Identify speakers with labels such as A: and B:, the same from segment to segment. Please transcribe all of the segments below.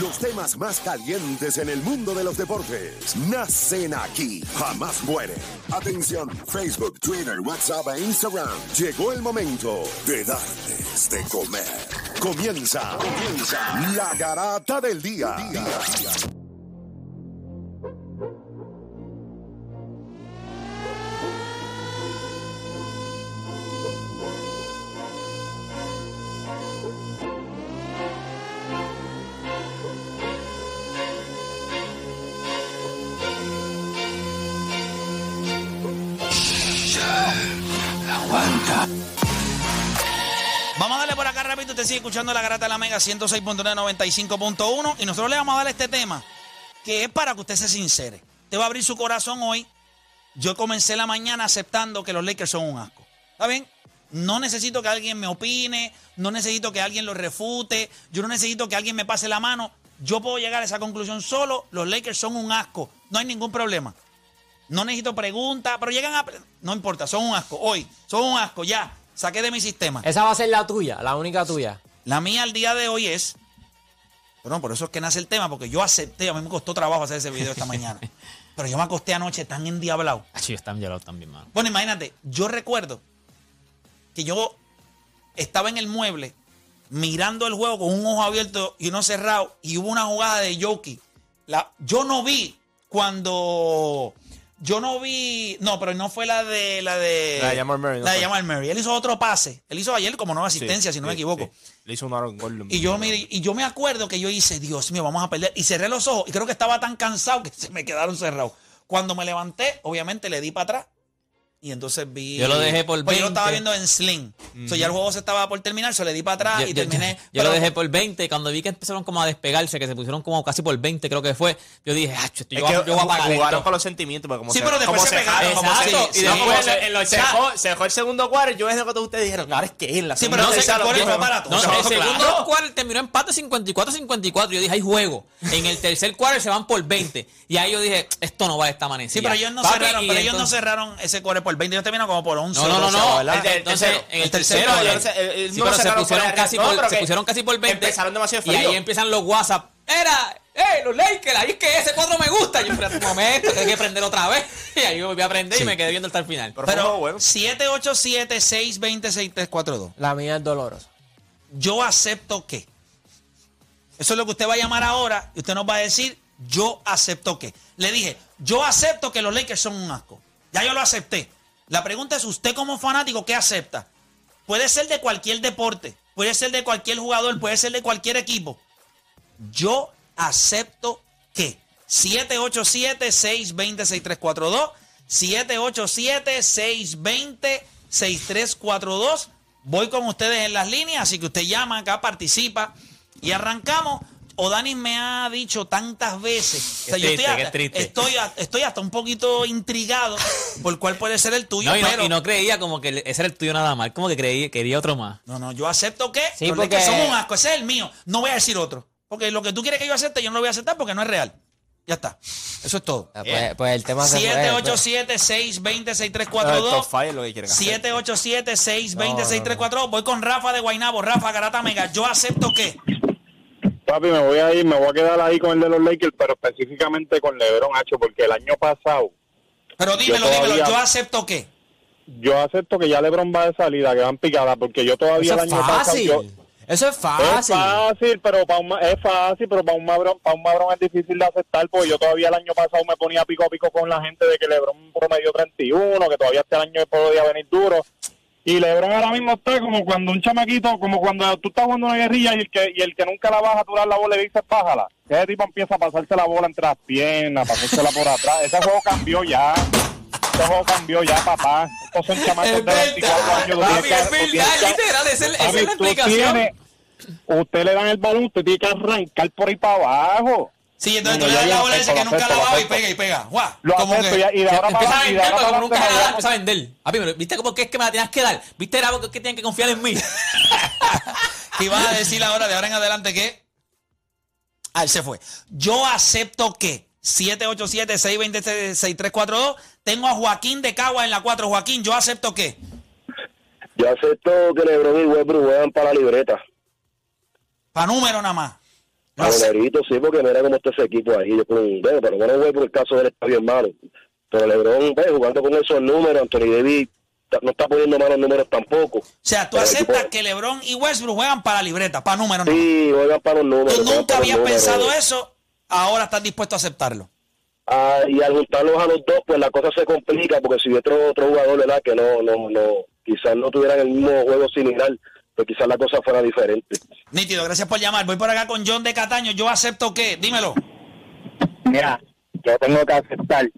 A: Los temas más calientes en el mundo de los deportes nacen aquí, jamás mueren. Atención, Facebook, Twitter, WhatsApp e Instagram. Llegó el momento de darles de comer. Comienza, comienza la garata del día.
B: Vamos a darle por acá rápido. Usted sigue escuchando la garata de la Mega 106.995.1 y nosotros le vamos a dar este tema que es para que usted se sincere. Te va a abrir su corazón hoy. Yo comencé la mañana aceptando que los Lakers son un asco. ¿Está bien? No necesito que alguien me opine, no necesito que alguien lo refute, yo no necesito que alguien me pase la mano. Yo puedo llegar a esa conclusión solo. Los Lakers son un asco. No hay ningún problema. No necesito preguntas, pero llegan a... No importa, son un asco. Hoy, son un asco, ya. Saqué de mi sistema.
C: Esa va a ser la tuya, la única tuya.
B: La mía al día de hoy es. Perdón, por eso es que nace el tema, porque yo acepté, a mí me costó trabajo hacer ese video esta mañana. Pero yo me acosté anoche tan endiablado.
C: Ah, yo están llorando también, mano.
B: Bueno, imagínate, yo recuerdo que yo estaba en el mueble mirando el juego con un ojo abierto y uno cerrado, y hubo una jugada de Yoki. La, yo no vi cuando. Yo no vi. No, pero no fue la de. La de,
D: La de Jamal Murray, no
B: la de
D: fue.
B: Jamal Murray. Él hizo otro pase. Él hizo ayer como nueva asistencia, si no me
D: Sí,
B: equivoco.
D: sí. Le hizo un Aaron Gordon.
B: Y yo, mire, y yo me acuerdo que yo hice, Dios mío, vamos a perder. Y cerré los ojos y creo que estaba tan cansado que se me quedaron cerrados. Cuando me levanté, obviamente le di para atrás. Y entonces vi.
C: Yo lo dejé por
B: Pues yo lo
C: 20.
B: estaba viendo en Sling. O sea, ya el juego se estaba por terminar, se le di para atrás
C: Yo,
B: Ah, y
C: yo-
B: terminé.
C: yo lo
B: pero-
C: dejé por 20. Cuando vi que empezaron como a despegarse, que se pusieron como casi por 20, creo que fue, yo dije, ah, esto,
D: Es
C: yo, voy a-
D: que
C: yo voy a pagar
D: jugaron
C: esto".
D: con los sentimientos. Porque como
B: Sí, pero después
D: como
B: se pegaron,
D: jala,
C: como
D: Exacto.
C: se- sí,
D: y después
C: como
D: en lo-
C: se-
D: en los-
B: o
D: se,
B: sea-
D: dejó, se dejó el segundo cuarto. Yo es lo que todos ustedes dijeron. Ahora es que en la
B: Sí,
D: segunda-
B: pero
D: no
B: el
D: sé,
B: segundo
D: los-
B: cuarto fue para todos.
C: No,
B: Claro.
C: el segundo cuarto terminó empate 54-54. Yo dije, hay juego. En el tercer cuarto se van por 20. Y ahí yo dije, esto no va de esta manera.
B: Sí, pero ellos no cerraron, pero ellos no cerraron ese core por 20, ellos terminaron como por 11.
C: No, no, no,
B: 12,
C: no.
B: ¿verdad?
D: El del
C: Entonces,
D: tercero.
C: en el
D: El
C: tercero,
D: tercero, yo no sé, el- el
C: sí,
D: no
C: pero se
D: lo sacaron
C: pusieron,
D: fuera de
C: casi
D: ritmo,
C: por,
D: pero
C: se
D: que
C: pusieron casi por 20.
D: empezaron demasiado
C: Y ahí
D: frío.
C: empiezan los WhatsApp. Era, ¡eh, los Lakers! Ahí es que ese cuadro me gusta. Yo, pero un momento, que hay que prender otra vez. Y ahí yo volví a aprender y me quedé viendo hasta el final.
D: Pero fue un
B: Pero
D: juego bueno.
B: 787 620 dos
E: La mía es dolorosa.
B: yo acepto que. Eso es lo que usted va a llamar ahora y usted nos va a decir, yo acepto que. Le dije, yo acepto que los Lakers son un asco. Ya yo lo acepté. La pregunta es, usted como fanático, ¿qué acepta? Puede ser de cualquier deporte, puede ser de cualquier jugador, puede ser de cualquier equipo. Yo acepto que. 787-620-6342. 787-620-6342. Voy con ustedes en las líneas, así que usted llama acá, participa y arrancamos. Odanis me ha dicho tantas veces. o sea,
C: Qué
B: yo
C: triste,
B: estoy,
C: qué
B: hasta,
C: triste.
B: Estoy, a- estoy hasta un poquito intrigado por cuál puede ser el tuyo.
C: No, y, no,
B: pero,
C: y no creía como que ese era el tuyo nada más. Como que creía, quería otro más.
B: no, no, yo acepto que
E: Sí,
B: los
E: porque-
B: Lakers son un asco. Ese es el mío. No voy a decir otro. Porque lo que tú quieres que yo acepte, yo no lo voy a aceptar porque no es real. Ya está. Eso es todo.
E: Ah, Pues, pues el tema se fue, pues.
B: 787-620-6342.
D: fire lo que quieren hacer.
B: 787-620-6342. Voy con Rafa de Guainabo. Rafa Garata Mega. Yo acepto que.
F: Papi, me voy a ir, me voy a quedar ahí con el de los Lakers, pero específicamente con LeBron, Hacho, porque el año pasado
B: Pero dímelo,
F: Yo
B: dímelo.
F: todavía-
B: Yo acepto que.
F: yo acepto que ya LeBron va de salida, que van picadas, porque yo todavía
E: Eso
F: el
E: es
F: año pasado...
E: fácil.
F: yo-
E: Eso es
F: es
E: fácil.
F: fácil, pero para un, ma- es fácil, pero para un mabrón, para un mabrón es difícil de aceptar, porque yo todavía el año pasado me ponía pico a pico con la gente de que LeBron promedió 31, que todavía este año podía venir duro. Y LeBron ahora mismo está como cuando un chamaquito, como cuando tú estás jugando una guerrilla y el que, y el que nunca la baja a turar la bola le dice pájala. Ese tipo empieza a pasarse la bola entre las piernas, pasársela por atrás. Ese juego cambió ya. Ese juego cambió ya, papá. Estos son chamacos de
C: Es
F: 24
C: verdad.
F: años. tú
C: Papi,
F: tienes
C: es
F: que- tú tienes
C: verdad,
F: que-
C: literal. Esa es la- esa
F: Papi,
C: es la
F: tú
C: explicación.
F: tienes- Usted le dan el balón, usted tiene que arrancar por ahí para abajo.
B: Sí, entonces tú le
F: Bueno,
B: das
F: ya
B: la
F: lo
B: bola y dice que
F: acepto, lo
B: nunca la
F: acepto,
B: baja y
F: lo
B: pega y pega. Guau.
F: Lo
B: Como
F: acepto
B: que-
F: ya, y de ahora
C: Empieza
F: para
C: a
F: y de
C: vender,
F: ahora
C: pero
F: para
C: nunca
F: adelante
C: la
F: me
C: da,
F: llamo.
C: empieza a vender. A mí, ¿viste cómo que es que me la tenías que dar? ¿Viste era porque tienen que confiar en mí?
B: ¿Qué vas a decir ahora de ahora en adelante que? Ah, él se fue. Yo acepto que 787-620-6342. Tengo a Joaquín de Cagua en la 4. Joaquín, yo acepto que.
G: Yo acepto que LeBron y Westbrook juegan para la libreta.
B: Pa' número nada más. Lo
G: A
B: acepto.
G: Bonerito sí, porque mira cómo está ese equipo ahí. Yo con un dedo, pero bueno, güey, por el caso de él está bien malo. Pero LeBron, ve, jugando con esos números, Anthony Davis ta- no está poniendo malos números tampoco.
B: O sea, tú
G: Pero el
B: aceptas
G: equipo-
B: que LeBron y Westbrook juegan para libreta, para número nada más.
G: Sí, juegan para los números.
B: Tú
G: juegan
B: nunca
G: para los
B: habías
G: números.
B: pensado eso, ahora estás dispuesto a aceptarlo.
G: Ah, y al juntarlos a los dos, pues la cosa se complica, porque si otro, otro jugador, ¿verdad? Que no, no, no, quizás no tuvieran el mismo juego similar, pues quizás la cosa fuera diferente.
B: Nítido, gracias por llamar. Voy por acá con John de Cataño. Yo acepto que. Dímelo.
H: Mira, yo tengo que aceptar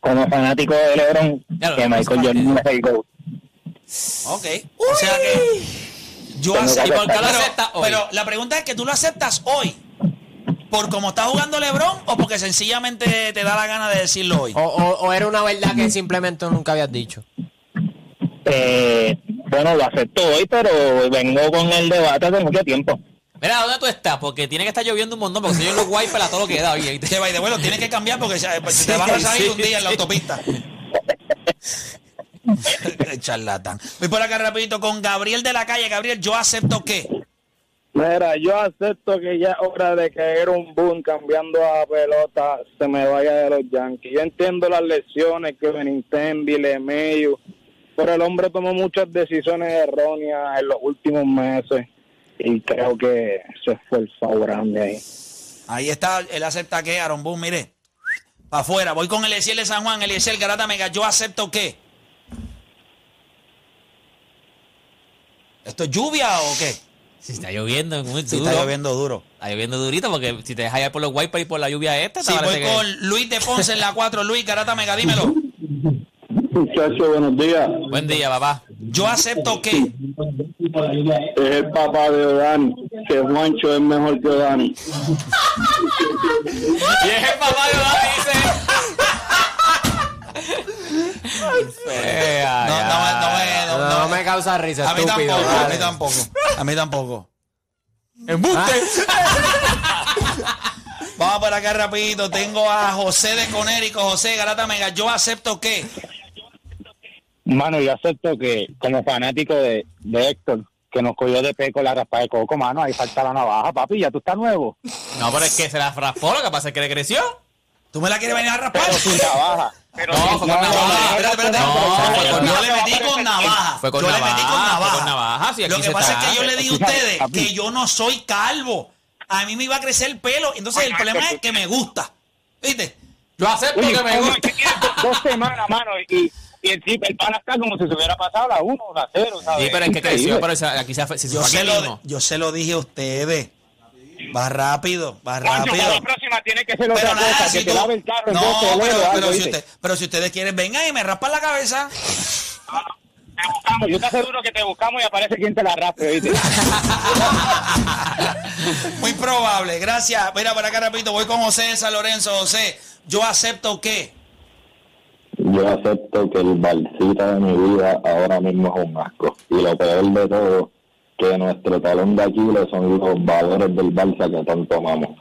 H: como fanático de LeBron
C: Ya lo
H: que
C: vemos,
H: Michael
C: partido.
H: Jordan es el GOAT.
B: Ok. O sea que. Yo
H: Tengo
B: acepto.
H: que
B: ¿Y por qué lo
H: aceptar.
B: aceptas hoy? Pero la pregunta es que tú lo aceptas hoy. ¿Por cómo está jugando LeBron o porque sencillamente te da la gana de decirlo hoy?
E: O, o- o era una verdad
B: Mm.
E: que simplemente nunca habías dicho.
H: Eh, bueno, lo acepto hoy, pero vengo con el debate hace mucho tiempo.
C: Mira, ¿dónde tú estás? Porque tiene que estar lloviendo un montón, porque si yo los wipers a todo lo que da. oye.
B: Que by the way, lo tienes que cambiar porque se pues, se te van a salir
C: sí,
B: un día en la
C: sí.
B: autopista. Charlatán. Voy por acá rapidito con Gabriel de la calle. Gabriel, yo acepto que.
F: Mira, yo acepto que ya es hora de que era un boom cambiando a pelota, se me vaya de los Yankees. Yo entiendo las lesiones que Benintendi, Lemeyu, pero el hombre tomó muchas decisiones erróneas en los últimos meses y creo que se fue el favorable ahí.
B: Ahí está, él acepta que Aaron Boone, mire. Para afuera, voy con Eliezer de San Juan, Eliezer Garata Mega, yo acepto que. ¿Esto es lluvia o qué?
C: Si está lloviendo, muy
B: Sí,
C: duro.
B: está lloviendo duro.
C: Está lloviendo durito, porque si te dejas ir por los wipers y por la lluvia esta,
B: Sí,
C: te
B: voy
C: parece que-
B: con Luis de Ponce en la 4. Luis, Garata Mega, dímelo.
F: Muchachos, buenos días.
C: Buen día, papá.
B: Yo acepto que.
F: Es el papá de Dani, que Juancho es mejor que Dani.
C: Y es el papá de
E: no,
B: No, no, no, eh, no, no.
E: me causa risa,
B: A mí
E: estúpido.
B: tampoco, a mí
E: vale.
B: tampoco. A mí tampoco. Vamos por acá rapidito. Tengo a José de Conérico. José Garata Mega, yo acepto que.
H: Mano, yo acepto que como fanático de, de Héctor, que nos cogió de peco la raspa de coco, mano, ahí falta la navaja, papi, ya tú estás nuevo.
C: No, pero es que se la raspó, lo que pasa es que le creció.
B: ¿Tú me la quieres venir a raspar?
H: Pero sin navaja.
C: no, fue con navaja.
B: espérate, espérate.
C: No, fue con
B: yo
C: navaja.
B: le metí con navaja.
C: Fue con
B: yo le metí con
C: navaja,
B: navaja.
C: fue con navaja, sí, aquí
B: Lo que
C: se
B: pasa
C: está.
B: es que yo le dije a
H: Escucha,
B: ustedes
H: papi.
B: que yo no soy calvo. A mí me iba a crecer el pelo. Entonces el problema es que me gusta. ¿Viste?
C: Yo acepto
H: Oye,
C: que me
H: ¿cómo
C: gusta.
H: es que quieres dos- dos semanas, mano, y, y el, tipo- el pana está como si se hubiera pasado la 1 o la 0, ¿sabes?
C: Sí, pero es que creció,
H: Increíble.
C: pero se- aquí se, se, se
B: Yo
C: fue aquí
B: se, lo,
C: mismo.
B: yo se lo dije a ustedes. Va rápido, va
H: Juancho, para
B: rápido.
H: la próxima tiene que ser otra
B: Pero
H: cosa,
B: nada,
H: que
B: si
H: te
B: tú-
H: lave el carro en
B: No,
H: dos
B: pero,
H: teleros,
B: pero
H: algo,
B: si
H: ¿viste?
B: usted- pero si ustedes quieren, vengan y me raspan la cabeza.
H: Te buscamos, yo te aseguro que te buscamos y aparece quien te la raspe, ¿viste?
B: Muy probable, gracias. Mira, por acá rapidito, voy con José de San Lorenzo. José, yo acepto que.
G: Yo acepto que el balsita de mi vida ahora mismo es un asco. Y lo peor de todo, que nuestro talón de Aquiles son los valores del balsa que tanto amamos.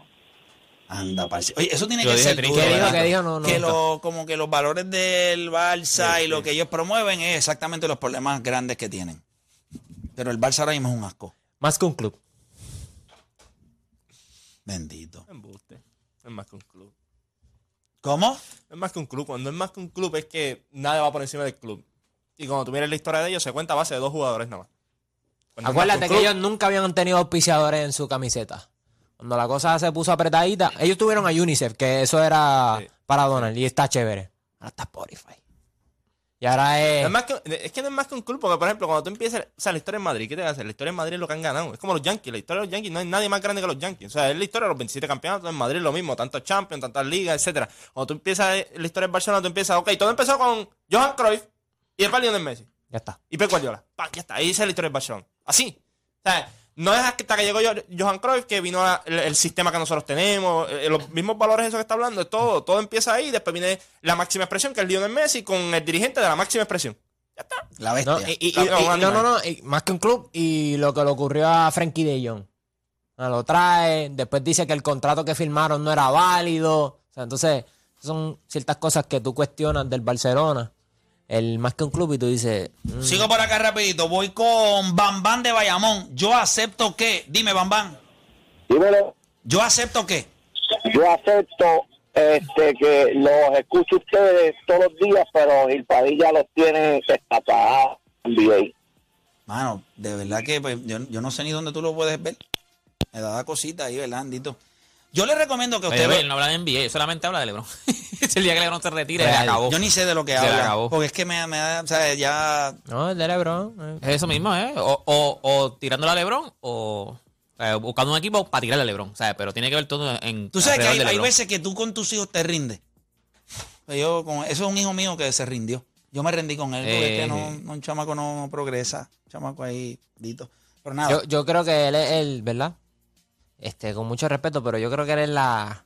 B: Anda, parce. Oye, eso tiene
D: Lo
B: que
D: dije
B: ser
D: triste,
B: duro,
E: ¿Qué dijo?
B: ¿verdad?
E: ¿Qué dijo? No, no.
B: que lo, como que los valores del Barça y lo que ellos promueven es exactamente los problemas grandes que tienen. Pero el Barça ahora mismo es un asco.
E: Más que un club.
B: Bendito.
D: Embuste. Es más que un club.
B: ¿Cómo?
D: Es más que un club. Cuando es más que un club es que nadie va por encima del club. Y cuando tú miras la historia de ellos, se cuenta a base de dos jugadores nada más. Cuando es más
E: Acuérdate
D: un
E: que
D: club,
E: ellos nunca habían tenido auspiciadores en su camiseta. Cuando la cosa se puso apretadita, ellos tuvieron a UNICEF, que eso era
D: Sí.
E: para Donald, y está chévere. Ahora está Spotify. Y ahora
D: no
C: Eh.
E: es.
D: Es, más que, es que no es más que un club, porque por ejemplo, cuando tú empiezas. O sea, la historia en Madrid, ¿qué te hace? La historia en Madrid es lo que han ganado. Es como los Yankees. La historia de los Yankees no hay nadie más grande que los Yankees. O sea, es la historia de los 27 campeonatos. En Madrid es lo mismo. Tantos Champions, tantas ligas, etcétera Cuando tú empiezas eh, la historia en Barcelona, tú empiezas. Ok, todo empezó con Johan Cruyff y después Lionel Messi.
E: Ya está.
D: y Pep Guardiola. Pa, ya está, ahí dice la historia del Barcelona. Así. O sea, no es hasta que llegó Jo- Johan Cruyff que vino la- el, el sistema que nosotros tenemos, eh, los mismos valores eso que está hablando, es todo, todo empieza ahí, después viene la máxima expresión, que es Lionel Messi, con el dirigente de la máxima expresión.
B: La bestia.
E: No, y- y- y-
D: Está bien,
E: y-
D: Juan,
E: no, no, no, y más que un club. Y lo que le ocurrió a Frankie de Jong. Ah, Lo trae, después dice que el contrato que firmaron no era válido. O sea, entonces, son ciertas cosas que tú cuestionas del Barcelona. El más que un club, y tú dices. mm,
B: Sigo por acá rapidito. Voy con Bambán de Bayamón. Yo acepto que. Dime, Bambán.
H: Dímelo,
B: Yo acepto que.
H: yo acepto este que los escucho ustedes todos los días, pero Gil Padilla los tiene destapados NBA.
B: Mano, de verdad que pues, yo, yo no sé ni dónde tú lo puedes ver. Me da cosita ahí, ¿verdad, Andito? Yo le recomiendo que
C: Oye,
B: usted
C: ve,
B: vea-
C: él no habla de NBA, él solamente habla de LeBron. es el día que LeBron se retire, se
E: Real.
C: acabó.
B: Yo ni sé de lo que
C: Se le
B: habla.
C: acabó.
B: Porque es que me, me da. O sea, ya.
E: No, el de LeBron. eh.
C: Es eso mismo, ¿eh? O, o, o tirándole a LeBron o, eh, buscando un equipo para tirarle a LeBron, ¿sabes? Pero tiene que ver todo en.
B: Tú sabes que
C: alrededor
B: hay,
C: de
B: hay
C: LeBron.
B: veces que tú con tus hijos te rindes. Yo con, eso es un hijo mío que se rindió. Yo me rendí con él porque es que
C: Eh.
B: no, no, un chamaco no progresa. Un chamaco ahí, dito. Pero nada.
E: Yo, yo creo que él es el, ¿verdad? Este, con mucho respeto, pero yo creo que él es la,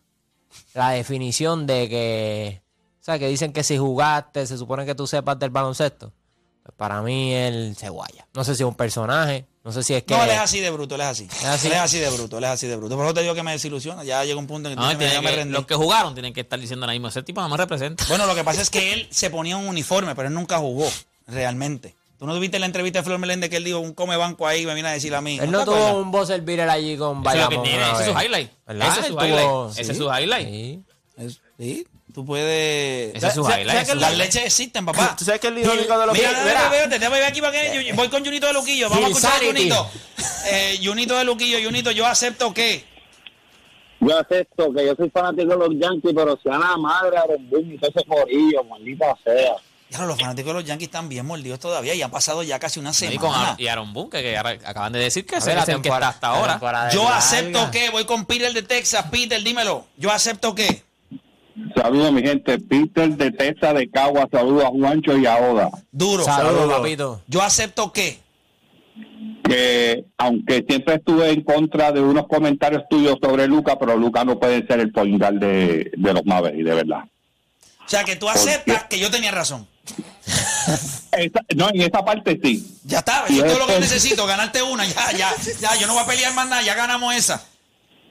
E: la definición de que. O sea, que dicen que si jugaste, se supone que tú sepas del baloncesto. Pues para mí, él se guaya. No sé si es un personaje, no sé si es que.
B: no, él es así de bruto, él es así.
E: ¿Es así?
B: Él es así de bruto, él es así de bruto. Por eso te digo que me desilusiona. Ya llega un punto en que,
C: No,
B: tú dices,
C: tiene
B: "Mira, ya
C: que-
B: me rendí".
C: los que jugaron tienen que estar diciendo ahora mismo, ese tipo no me representa.
B: Bueno, lo que pasa es que él se ponía un uniforme, pero él nunca jugó realmente. Tú no viste la entrevista de Flor Meléndez que él dijo un come banco ahí, me viene a decir a mí.
E: él
B: ¿No
E: no
B: te acuerdas?
E: tuvo un voz servir allí
C: Eso es
E: con
C: lo que
E: Bayamón
C: tiene,
E: una
C: ese es su
E: vez.
C: highlight.
E: ¿Verdad?
C: Ese es su
E: Él tuvo-
C: highlight. Ese es
E: sí,
C: su highlight.
E: sí.
B: Es- sí, tú puedes.
C: Ese es su
D: ¿Sabes-
C: highlight.
D: sabes
C: ese
D: que
C: es su
B: Las
D: la-
C: highlight.
B: leches existen, papá.
D: ¿Tú sabes que el hijo único de los
B: Mira,
D: Mira, Eh,
B: dame, veo, te dame, ve aquí para que yo- voy con Junito de Luquillo. Vamos a escuchar a
E: Insanity.
B: Junito. Eh, Junito de Luquillo, Junito, yo acepto que.
H: Yo acepto que yo soy fanático de los Yankees, pero sean la madre a los Boom y todo ese corillo, maldita sea.
B: Ya los fanáticos de los Yankees están bien mordidos todavía y han pasado ya casi una
C: Y, con
B: semana.
C: Aaron- y Aaron Boone, que, que ahora acaban de decir que
E: A
C: es
E: ver,
C: el
E: la
C: que está
E: temporada-
C: hasta
E: la
C: ahora.
E: temporada de
B: Yo
E: larga.
B: acepto que. Voy con Peter de Texas. Peter, dímelo. Yo acepto que.
H: Saludos, mi gente. Peter de Testa de Cagua, saludos a Juancho y a Oda.
B: Duro.
E: Saludos, papito.
B: Yo acepto que.
H: Que aunque siempre estuve en contra de unos comentarios tuyos sobre Luca, pero Luca no puede ser el point guard de, de los Mavericks, de verdad.
B: O sea, que tú aceptas que yo tenía razón.
H: Esa- no, en esa parte sí.
B: Ya está,
H: Y
B: eso es todo lo que
H: eso-
B: necesito, ganarte una. Ya, ya, ya, yo no voy a pelear más nada, ya ganamos esa.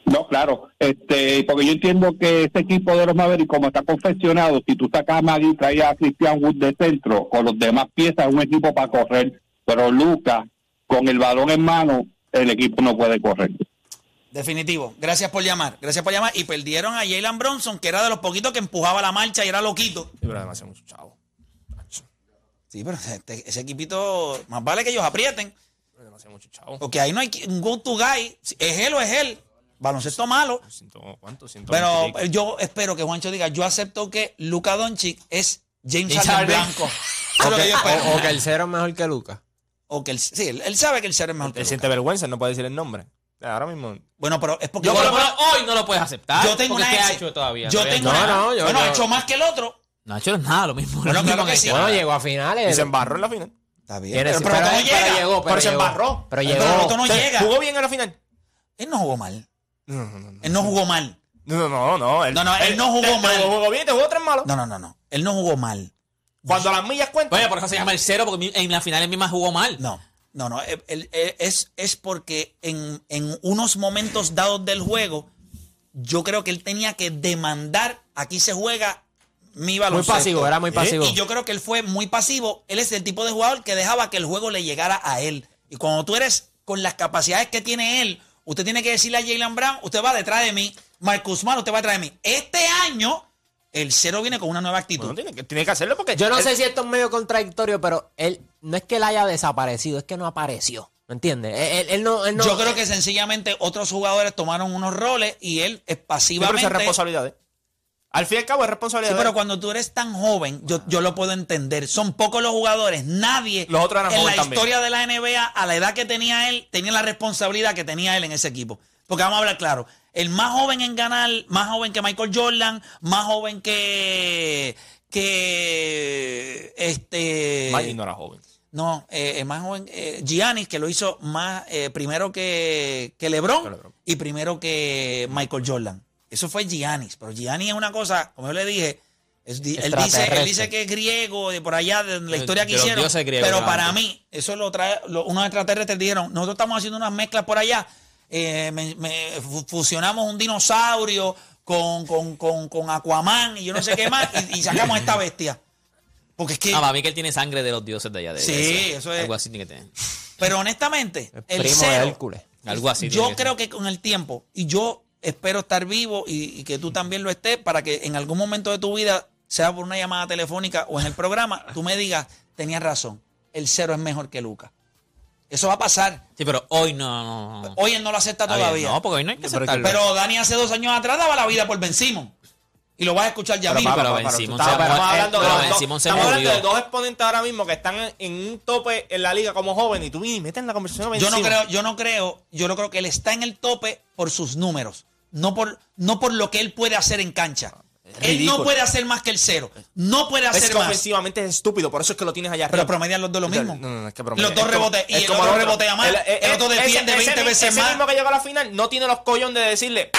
H: No, claro, este, porque yo entiendo que este equipo de los Mavericks, como está confeccionado, si tú sacas a Magui y traes a Christian Wood de centro, con los demás piezas, es un equipo para correr, pero Lucas, con el balón en mano, el equipo no puede correr.
B: Definitivo. Gracias por llamar. Gracias por llamar. Y perdieron a Jalen Bronson, que era de los poquitos que empujaba la marcha y era loquito.
D: Sí, pero demasiado mucho chavo.
B: Sí, pero este- ese equipito, más vale que ellos aprieten.
D: Pero demasiado mucho chavo.
B: Porque ahí no hay qui- un go to guy. Si Es él o es él. Baloncesto malo.
D: Ciento- ¿Cuánto? Ciento
B: Pero
D: veinte y pico.
B: yo espero que Juancho diga, yo acepto que Luca Doncic es James
E: Y
B: Harden
E: Harden.
B: blanco. Eso es lo que yo espero.
E: O, o que el cero es mejor que Lucas.
B: O que él, sí, él, él sabe que el ser es mejor que
D: Él
B: Luka.
D: siente vergüenza, él no puede decir el nombre. Ahora mismo.
B: Bueno, pero es porque
C: Yo
B: yo
C: por lo
B: creo que-
C: menos hoy no lo puedes aceptar.
B: Yo tengo
C: porque
B: una
C: ¿qué ha
B: ex-
C: hecho todavía.
B: Yo
C: Todavía
B: tengo
C: no,
B: una-
E: no, yo-
B: bueno,
E: yo-
B: ha hecho más que el otro.
C: No ha hecho nada, lo mismo.
B: Bueno,
C: Lo mismo
B: claro que
C: ha
B: sí.
C: hecho.
E: Bueno, llegó a
D: Y
E: finales.
D: se embarró en la final.
B: Está bien.
E: Tiene-
B: Pero, pero, ¿cómo
E: pero
B: llega?
E: llegó, pero
D: Pero se
E: llegó.
D: embarró.
E: Pero
B: Pero
E: llegó.
B: Roto no
D: O sea,
B: llega.
D: ¿Jugó bien en la final?
B: Él no jugó mal.
D: No, no, no.
B: Él no jugó mal.
D: No, no,
B: No,
D: no.
B: no, él no jugó
D: te- te
B: mal.
D: jugó bien, te jugó tres malos.
B: No, no, no, no. Él no jugó mal.
D: Cuando las millas cuentan.
C: Oye, por eso se llama el cero, porque mi- en la final él misma jugó mal.
B: No, no, eh, no. Él- él- él- es, es porque en, en unos momentos dados del juego, yo creo que él tenía que demandar, aquí se juega mi
E: Muy
B: baloncesto. ¿Eh?
E: pasivo, era muy pasivo.
B: Y yo creo que él fue muy pasivo. Él es el tipo de jugador que dejaba que el juego le llegara a él. Y cuando tú eres con las capacidades que tiene él, usted tiene que decirle a Jalen Brown, usted va detrás de mí. Marcus Mann, usted va detrás de mí. Este año, el cero viene con una nueva actitud.
D: Bueno, tiene, que, tiene que hacerlo porque.
E: Yo no
C: eh,
D: él-
E: sé si esto es medio contradictorio, pero él no es que él haya desaparecido, es que no apareció. ¿Me entiendes? Él, él- él no, eh, él no-
B: Yo creo que sencillamente otros jugadores tomaron unos roles y él es
D: Sí, pero eso es
B: pasivamente.
D: responsabilidad. de él. Al fin y al cabo es responsabilidad.
B: Sí,
D: de
B: pero
D: él.
B: cuando tú eres tan joven, yo, yo lo puedo entender. Son pocos los jugadores. Nadie
D: Los otros
B: en
D: eran
B: la
D: jóvenes también.
B: historia de la NBA, a la edad que tenía él, tenía la responsabilidad que tenía él en ese equipo. Porque vamos a hablar claro. El más joven en ganar, más joven que Michael Jordan, más joven que. que. este.
D: Magic no era joven.
B: No, eh, el más joven, eh, Giannis, que lo hizo más eh, primero que, que LeBron,
D: Que LeBron.
B: y primero que Michael Jordan. Eso fue Giannis, pero Giannis es una cosa, como yo le dije, es di- él, dice, él
E: Extraterrestre.
B: dice que es griego, de por allá, de la
C: De-
B: historia que
C: de los
B: hicieron,
C: dioses griegos,
B: pero
C: ¿verdad?
B: para mí, eso lo trae, lo- unos extraterrestres dijeron, nosotros estamos haciendo unas mezclas por allá, eh, me- me- fu- fusionamos un dinosaurio con, con, con, con Aquaman y yo no sé qué más, y, y sacamos esta bestia. Porque es que...
C: Ah, para mí que él tiene sangre de los dioses de allá. De
B: Sí,
C: de-
B: eso es.
C: Algo así tiene que tener.
B: Pero honestamente,
E: Es
B: el
E: primo de
B: cero,
E: Hércules.
C: Algo así. tiene
B: yo creo que con el tiempo, y yo espero estar vivo y, y que tú también lo estés, para que en algún momento de tu vida, sea por una llamada telefónica o en el programa, tú me digas, tenías razón, el cero es mejor que Lucas. Eso va a pasar.
C: ser. Sí, pero hoy no, no, no.
B: Hoy él no lo acepta
C: Está bien,
B: todavía.
C: No, porque hoy no hay que
D: Pero que-
C: aceptarlo.
B: Pero Dani hace dos años atrás daba la vida por Ben Simon. Y lo vas a escuchar ya
D: Pero,
B: mismo.
D: pa,
C: pero
D: pa,
C: Ben
D: pa,
C: Simmons
D: estamos-
C: se-
D: estamos
C: eh,
D: hablando de
C: pero
D: los
C: Ben
D: dos-
C: Simmons se
D: estamos hablando de
C: murió.
D: dos exponentes ahora mismo que están en, en un tope en la liga como joven y tú y meten la conversación a Ben
B: Yo no
D: Simmons.
B: creo, yo no creo, yo no creo que él está en el tope por sus números, no por, no por lo que él puede hacer en cancha. Él no
D: Ah, ridículo.
B: puede hacer más que el cero. No puede
D: Es
B: hacer
D: que
B: más.
D: ofensivamente es estúpido, por eso es que lo tienes allá
B: Pero
D: arriba.
B: promedian los dos lo mismo.
D: No, no, no, es que promedio.
B: Los dos
D: Es como-
B: rebotes. Y
D: es
B: el
D: como
B: otro
D: otro.
B: rebotea más.
D: El-
B: El,
D: el-
B: otro
D: ese-
B: defiende
D: ese
B: 20
D: mismo-
B: veces
D: Ese
B: más.
D: mismo que llegó a la final no tiene los collones de decirle.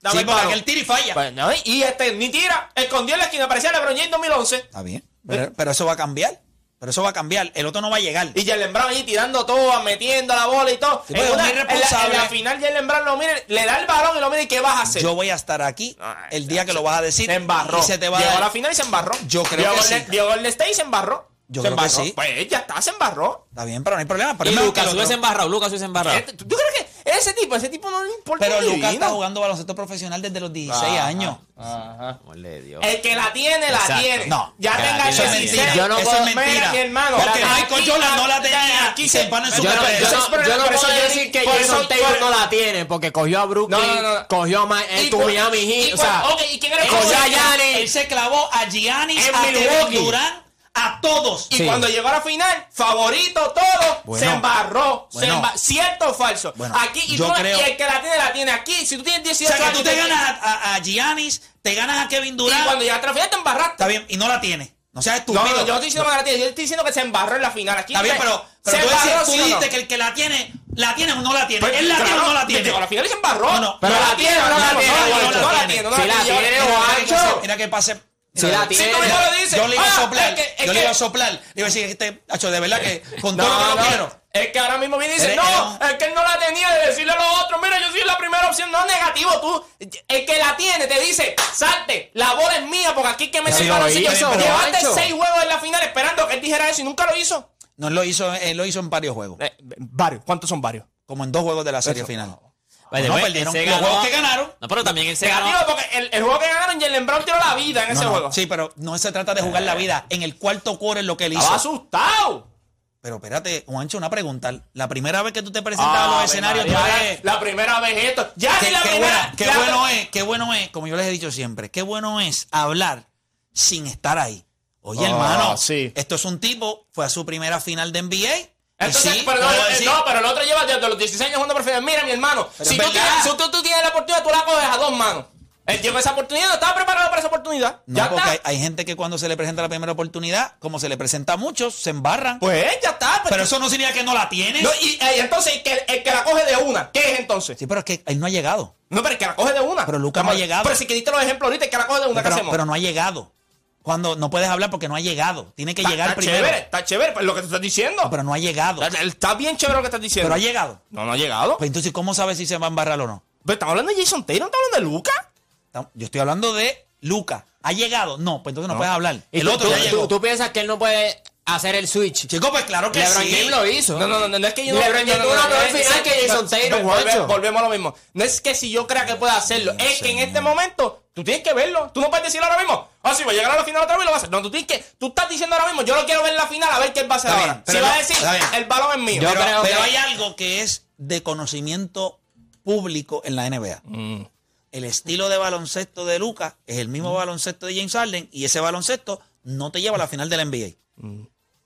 D: Dame
B: Sí,
D: el
B: porque
D: balón.
B: aquel tira y falla.
D: Pues, no, y este ni tira, escondió en la esquina, parecía LeBron James en 2011.
B: Está bien. Pero, pero eso va a cambiar. Pero eso va a cambiar. El otro no va a llegar.
D: Y Jalen Brown ahí tirando todo, metiendo la bola y todo.
B: Sí, porque es muy
D: en, la,
B: irresponsable.
D: en la final Jalen Brown lo mira, le da el balón y lo mira y ¿qué vas a hacer?
B: Yo voy a estar aquí
D: Ah,
B: el día que lo vas a decir.
D: se embarró.
B: Y se te va a
D: Llegó a
B: dar.
D: la final y se embarró.
B: Yo creo
D: Llegó
B: que
D: Golden-
B: sí.
D: Llegó Golden State y se embarró.
B: Yo
D: se
B: creo que
D: embarró.
B: sí.
D: Pues ya está, se embarró.
B: Está bien, pero no hay problema. El
C: Y
B: problema es que el
C: Lucas
B: otro-
C: hubiese embarrado, Lucas hubiese embarrado.
D: Este- yo creo que ese tipo, ese tipo no le importa.
B: Pero
D: un
B: Lucas
D: divino.
B: está jugando baloncesto profesional desde los 16 años.
C: Amor de Dios.
D: El que la tiene, la
C: Exacto.
D: tiene.
B: No.
D: ya
C: Que la tiene,
D: tenga
B: Eso es
C: la
D: 16.
C: tiene.
B: mentira.
E: Yo no
B: eso
E: puedo-
B: es mentira.
D: Mira, mi hermano,
B: porque
D: la-
B: Michael
D: aquí-
B: Jordan no la tenía
D: aquí
B: y se
D: se-
B: empana en su
E: Yo no,
B: papel.
E: yo
D: Eso
E: no-
D: es problema,
E: yo no
D: por eso
E: puedo
D: yo-
E: decir que
D: por eso-
E: Jason Taylor
D: por-
E: no la tiene, porque cogió a Brooklyn,
D: No, no, no.
E: cogió a Ma- eh,
D: Y
E: tu
D: cu-
E: Miami Heat,
D: y
E: o
D: cu-
E: sea,
D: ok, ¿y quién era el
E: cogió
D: coach?
E: a Giannis.
B: Él se clavó a Giannis,
D: En
B: a Kevin
D: Milwaukee.
B: Durant, a todos.
D: Y
E: Sí.
D: cuando llegó a la final, favorito todo,
B: Bueno.
D: se embarró. se
B: Bueno.
D: emba- ¿Cierto o falso?
B: Bueno,
D: aquí, y,
B: yo
D: tú-
B: creo-
D: y el que la tiene, la tiene aquí. Si tú tienes
B: O
D: 18
B: sea, que tú te
D: tienes-
B: ganas a, a- a Giannis, te ganas a Kevin
D: Y cuando
B: Durant,
D: llegaste a la final, te embarraste.
B: está bien, y no la tiene. No seas
D: No,
B: estúpido.
D: no, yo no estoy diciendo que la tiene, yo estoy diciendo que se embarró en la final. Aquí
B: Está bien,
D: se-
B: pero, pero
D: se
B: tú,
D: embarró,
B: decías- tú
D: ¿sí o no?
B: dijiste que el que la tiene, la tiene o no la tiene.
D: Pues,
B: Él la
D: claro,
B: tiene o no la tiene.
D: llegó a la final y se embarró.
B: No, no.
D: pero la tiene, o no la tiene,
B: no,
D: no la tiene, no la
E: Sí la
D: tiene.
E: tiene,
D: Yo-
B: Mira que pase-
D: Guacho.
B: Mira que pase.
E: Sí la tiene.
D: Si tú mismo lo dices.
B: Yo le iba a
D: Ah,
B: soplar.
D: es que- es
B: yo le iba a
D: que-
B: soplar. Le iba a decir, este, hacho, de verdad que con
D: No,
B: todo lo que
D: no,
B: yo quiero.
D: Es que ahora mismo viene y dice,
B: Eres-
D: no,
B: eres-
D: es que él no la tenía de decirle a los otros, mira, yo soy la primera opción, no negativo, tú, el que la tiene te dice, salte, la bola es mía, porque aquí hay que me
E: Pero
D: el
E: lo
D: baloncillo.
E: hizo, pero
D: Llevaste
E: macho.
D: seis juegos en la final esperando que él dijera eso y nunca lo hizo.
B: No, él lo hizo, él lo hizo en varios juegos.
D: Eh. varios, ¿cuántos son varios?
B: Como en dos juegos de la serie final.
C: By the
B: No
C: way,
B: perdieron
C: él se
B: los
C: ganó-
B: juegos que ganaron.
C: No, pero también él se
B: Este
C: ganó.
D: Negativo, porque el, el juego que ganaron, Jalen Brown tiró la vida en
B: No,
D: ese
B: no,
D: juego. Eh.
B: Sí, pero no se trata de jugar la vida. En el cuarto quarter lo que él hizo.
D: Estaba asustado.
B: Pero espérate, Juancho, una pregunta. La primera vez que tú te
C: Ah,
B: presentabas a
D: Ah, Ave
B: los escenarios, tú
D: María,
B: eres-
D: la primera vez esto. Ya
B: qué,
D: ni la
B: qué
D: primera.
B: buena- qué
D: la-
B: bueno es, qué bueno es, como yo les he dicho siempre, qué bueno es hablar sin estar ahí. Oye,
D: Ah,
B: hermano,
D: sí.
B: esto es un tipo, fue a su primera final de NBA. y
D: Entonces,
B: sí,
D: pero no,
B: puedo
D: eh,
B: decir-
D: no, pero el otro lleva desde los 16 años jugando profesional. Mira, mi hermano,
B: Pero
D: si
B: es
D: tú,
B: verdad.
D: tienes, si tú, tú tienes la oportunidad, tú la coges a dos manos. Él llegó a esa oportunidad, no estaba preparado para esa oportunidad.
B: No,
D: ya
B: porque
D: está.
B: hay, hay gente que cuando se le presenta la primera oportunidad, como se le presenta a muchos, se embarran.
D: Pues ya está. pues-
B: pero eso no significa que no la tienes.
D: No, y, eh, entonces, el que, el que la coge de una, ¿qué es entonces?
B: sí, pero es que él no ha llegado.
D: No, pero el que la coge de una.
B: Pero Lucas no ha llegado.
D: Pero si quediste los ejemplos ahorita, el que la coge de una, ¿qué
B: Pero,
D: hacemos?
B: pero no ha llegado. Cuando no puedes hablar porque no ha llegado. Tiene que
D: Está-
B: llegar
D: está
B: primero.
D: chévere, está chévere, pues, lo que tú estás diciendo.
B: Pero no ha llegado.
D: Está- Está bien chévere lo que estás diciendo.
B: Pero Pues, ha llegado.
D: No, no ha llegado.
B: Pues entonces, ¿cómo sabes si se va a embarrar o no?
D: Pero estamos hablando de Jason Taylor, no estamos hablando de Luca.
B: Estamos- Yo estoy hablando de Luca. ¿Ha llegado? No, pues entonces no, puedes hablar.
E: Y
B: El
E: tú-
B: otro
E: tú,
B: ya llegó.
E: tú- tú piensas que él no puede hacer el switch.
B: Chico, pues claro que
E: LeBron
B: sí.
E: James lo hizo.
D: No, no, no, no, no es que yo no.
E: LeBron James
D: no,
E: tuvo
D: no,
E: una
D: no,
E: mejor
D: no,
E: final que Jason
D: no,
E: Taylor,
D: volve-
E: macho.
D: Volvemos a lo mismo. No es que si yo crea que pueda hacerlo, es que en este momento tú tienes que verlo. Tú no puedes decir ahora mismo, ah, sí, va a llegar a la final otra vez y lo va a hacer. No, tú tienes que. Tú estás diciendo ahora mismo, yo lo quiero ver en la final a ver qué él va a hacer
B: Está
D: ahora.
B: bien,
D: Si
B: pero
D: va a
B: no,
D: decir,
B: está bien.
D: el balón es mío.
E: Yo
B: pero,
E: creo
B: pero
E: que-
B: hay algo que es de conocimiento público en la NBA.
E: Mm.
B: El estilo de baloncesto de Lucas es el mismo baloncesto de James Harden y ese baloncesto no te lleva a la final de la NBA.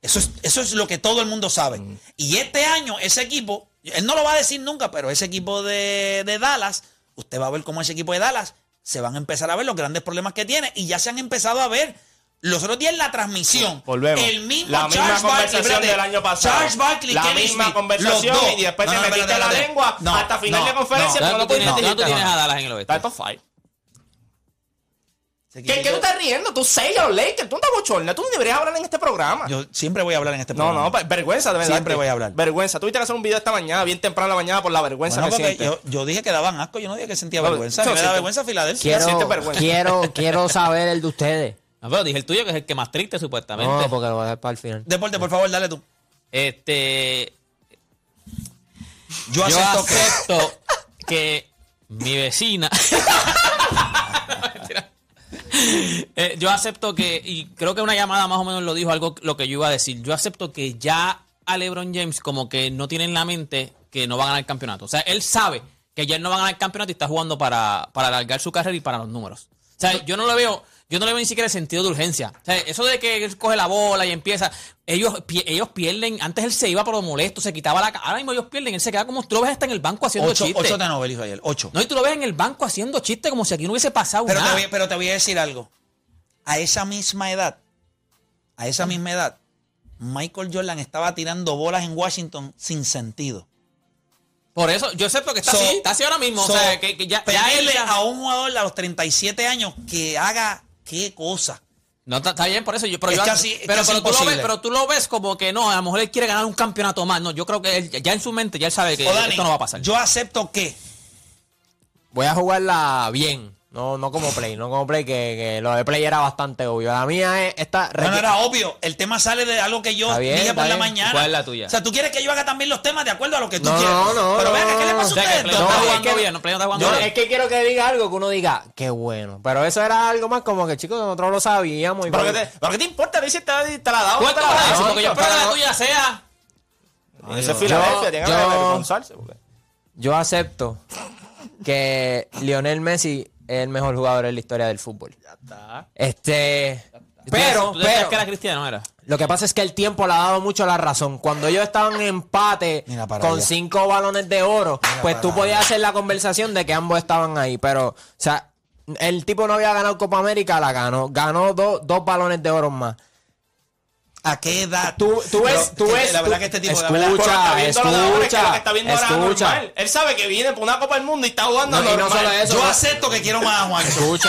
B: Eso, es, eso es lo que todo el mundo sabe.
D: Mm.
B: Y este año ese equipo, él no lo va a decir nunca, pero ese equipo de, de Dallas, usted va a ver cómo ese equipo de Dallas se van a empezar a ver los grandes problemas que tiene y ya se han empezado a ver. Los otros días en la transmisión,
D: Volvemos.
B: el mismo
D: la misma
B: Charles Barkley,
D: conversación
B: espérate,
D: del año pasado.
B: Charles Barkley,
D: la
B: Kevin
D: misma
B: Smith,
D: conversación
B: los dos.
D: y después
B: No, no,
D: te metiste
B: espérate,
D: la
B: espérate.
D: lengua
B: No,
D: hasta final
B: no,
D: de conferencia.
C: Ya
D: No,
C: tú
D: no,
C: tienes-
D: no,
C: ya tú tienes a Dallas en el
D: Está
C: oeste.
D: el top five.
B: no.
D: ¿Qué, ¿Qué tú estás riendo? Tú sellas los Lakers. Tú andas bochorna. Tú no deberías hablar en este programa.
B: Yo siempre voy a hablar en este
D: No,
B: programa.
D: no, ver- vergüenza de verdad.
B: Siempre voy a hablar.
D: Vergüenza. Tuviste que hacer un video esta mañana, bien temprano en la mañana, por la vergüenza
B: Bueno,
D: que
B: porque
D: sientes.
B: yo, yo dije que daban asco, yo no dije que sentía
D: No,
B: vergüenza.
D: no,
B: me da
D: siento-
B: vergüenza Filadelfia.
E: Quiero,
D: sientes vergüenza.
E: quiero, quiero saber el de ustedes.
C: No, pero dije el tuyo, que es el que más triste, supuestamente.
E: No, porque lo voy a dejar para el final.
B: Deporte, por favor, dale tú.
C: Este.
B: Yo
C: Yo
B: acepto que...
C: acepto que mi vecina. No, mentira. Eh, yo acepto que, y creo que una llamada más o menos lo dijo algo lo que yo iba a decir. Yo acepto que ya a LeBron James, como que no tiene en la mente que no va a ganar el campeonato. O sea, él sabe que ya él no va a ganar el campeonato y está jugando para, para alargar su carrera y para los números. O sea, yo no le veo, yo no le veo ni siquiera el sentido de urgencia. O sea, eso de que él coge la bola y empieza, ellos, pi- ellos pierden, antes él se iba por lo molesto, se quitaba la cara, ahora mismo ellos pierden, él se queda como tú lo ves hasta en el banco haciendo
B: Ocho,
C: chistes.
B: ocho te novelizó ayer, ocho.
C: No, y tú lo ves en el banco haciendo chistes como si aquí no hubiese pasado
B: pero, te
C: nada.
B: voy, pero te voy a decir algo. A esa misma edad, a
C: Mm.
B: esa misma edad, Michael Jordan estaba tirando bolas en Washington sin sentido.
C: Por eso, yo acepto que está
B: So-
C: así, está así ahora mismo.
B: so,
C: o sea, que, que ya, ya él
B: pedirle
C: ya-
B: a un jugador a los 37 años que haga qué cosa.
C: No, está, está bien, por eso yo, pero
B: Es
C: yo-
B: casi- es
C: pero,
B: casi
C: pero tú lo ves,
B: imposible.
C: pero tú lo ves como que no, a lo mejor él quiere ganar un campeonato más. No, yo creo que él, ya en su mente ya él sabe que
B: O Dani,
C: esto no va a pasar.
B: Yo acepto que
E: Voy a jugarla bien. No, no como play, no como play, que, que lo de play era bastante obvio. La mía es esta.
B: No, no era obvio. El tema sale de algo que yo
E: Está bien,
B: dije por
E: está
B: la
E: bien.
B: mañana.
C: ¿Cuál es la tuya?
B: O sea, tú quieres que yo haga también los temas de acuerdo a lo que tú
E: No,
B: quieres.
E: no, no,
B: Pero
E: no,
B: venga, ¿qué le
E: no,
B: pasa a
E: no.
C: o sea, que
B: ustedes?
C: Play
B: dos?
C: no está
E: No, es
C: jugando
E: que-
C: bien, no, Play no está jugando
E: Yo-
C: bien.
E: es que quiero que diga algo que uno diga, qué bueno. Pero eso era algo más como que, chicos, nosotros lo sabíamos. Y
D: ¿Pero, qué te, pero qué te importa? Dice, te, te la ha dado.
C: ¿Cuál
D: te
C: te
D: la
C: vas a
D: ha
C: decir?
D: dado.
C: Porque yo espero que la
D: Pero
C: tuya sea.
D: no- Eso es Filadelfia, tiene que
E: yo-
D: avergonzarse. porque-
E: Yo acepto que Lionel Messi es el mejor jugador en la historia del fútbol. Ya está. Este. Pero,
C: ¿Tú decías
E: pero
C: que era cristiano, era?
E: lo que pasa es que el tiempo le ha dado mucho la razón. Cuando ellos estaban en empate
B: Mira para
E: con
B: allá.
E: cinco balones de oro, pues tú podías hacer la conversación de que ambos estaban ahí. Pero, o sea, el tipo no había ganado Copa América, la ganó. Ganó dos- dos balones de oro más.
B: ¿A qué edad?
E: Tú, tú
B: Pero,
E: ves, tú
B: que
E: ves.
B: La verdad
E: tú-
B: que este tipo, la
E: escucha,
B: verdad-
D: Porque está viendo lo de ahora, es que
E: escucha,
D: lo que está viendo ahora es
E: escucha.
D: normal. Él sabe que viene por una Copa del Mundo y está jugando
E: No, y no
D: normal.
E: solo eso,
B: yo
E: no-
B: acepto que quiero más a Juancho.
E: Escucha,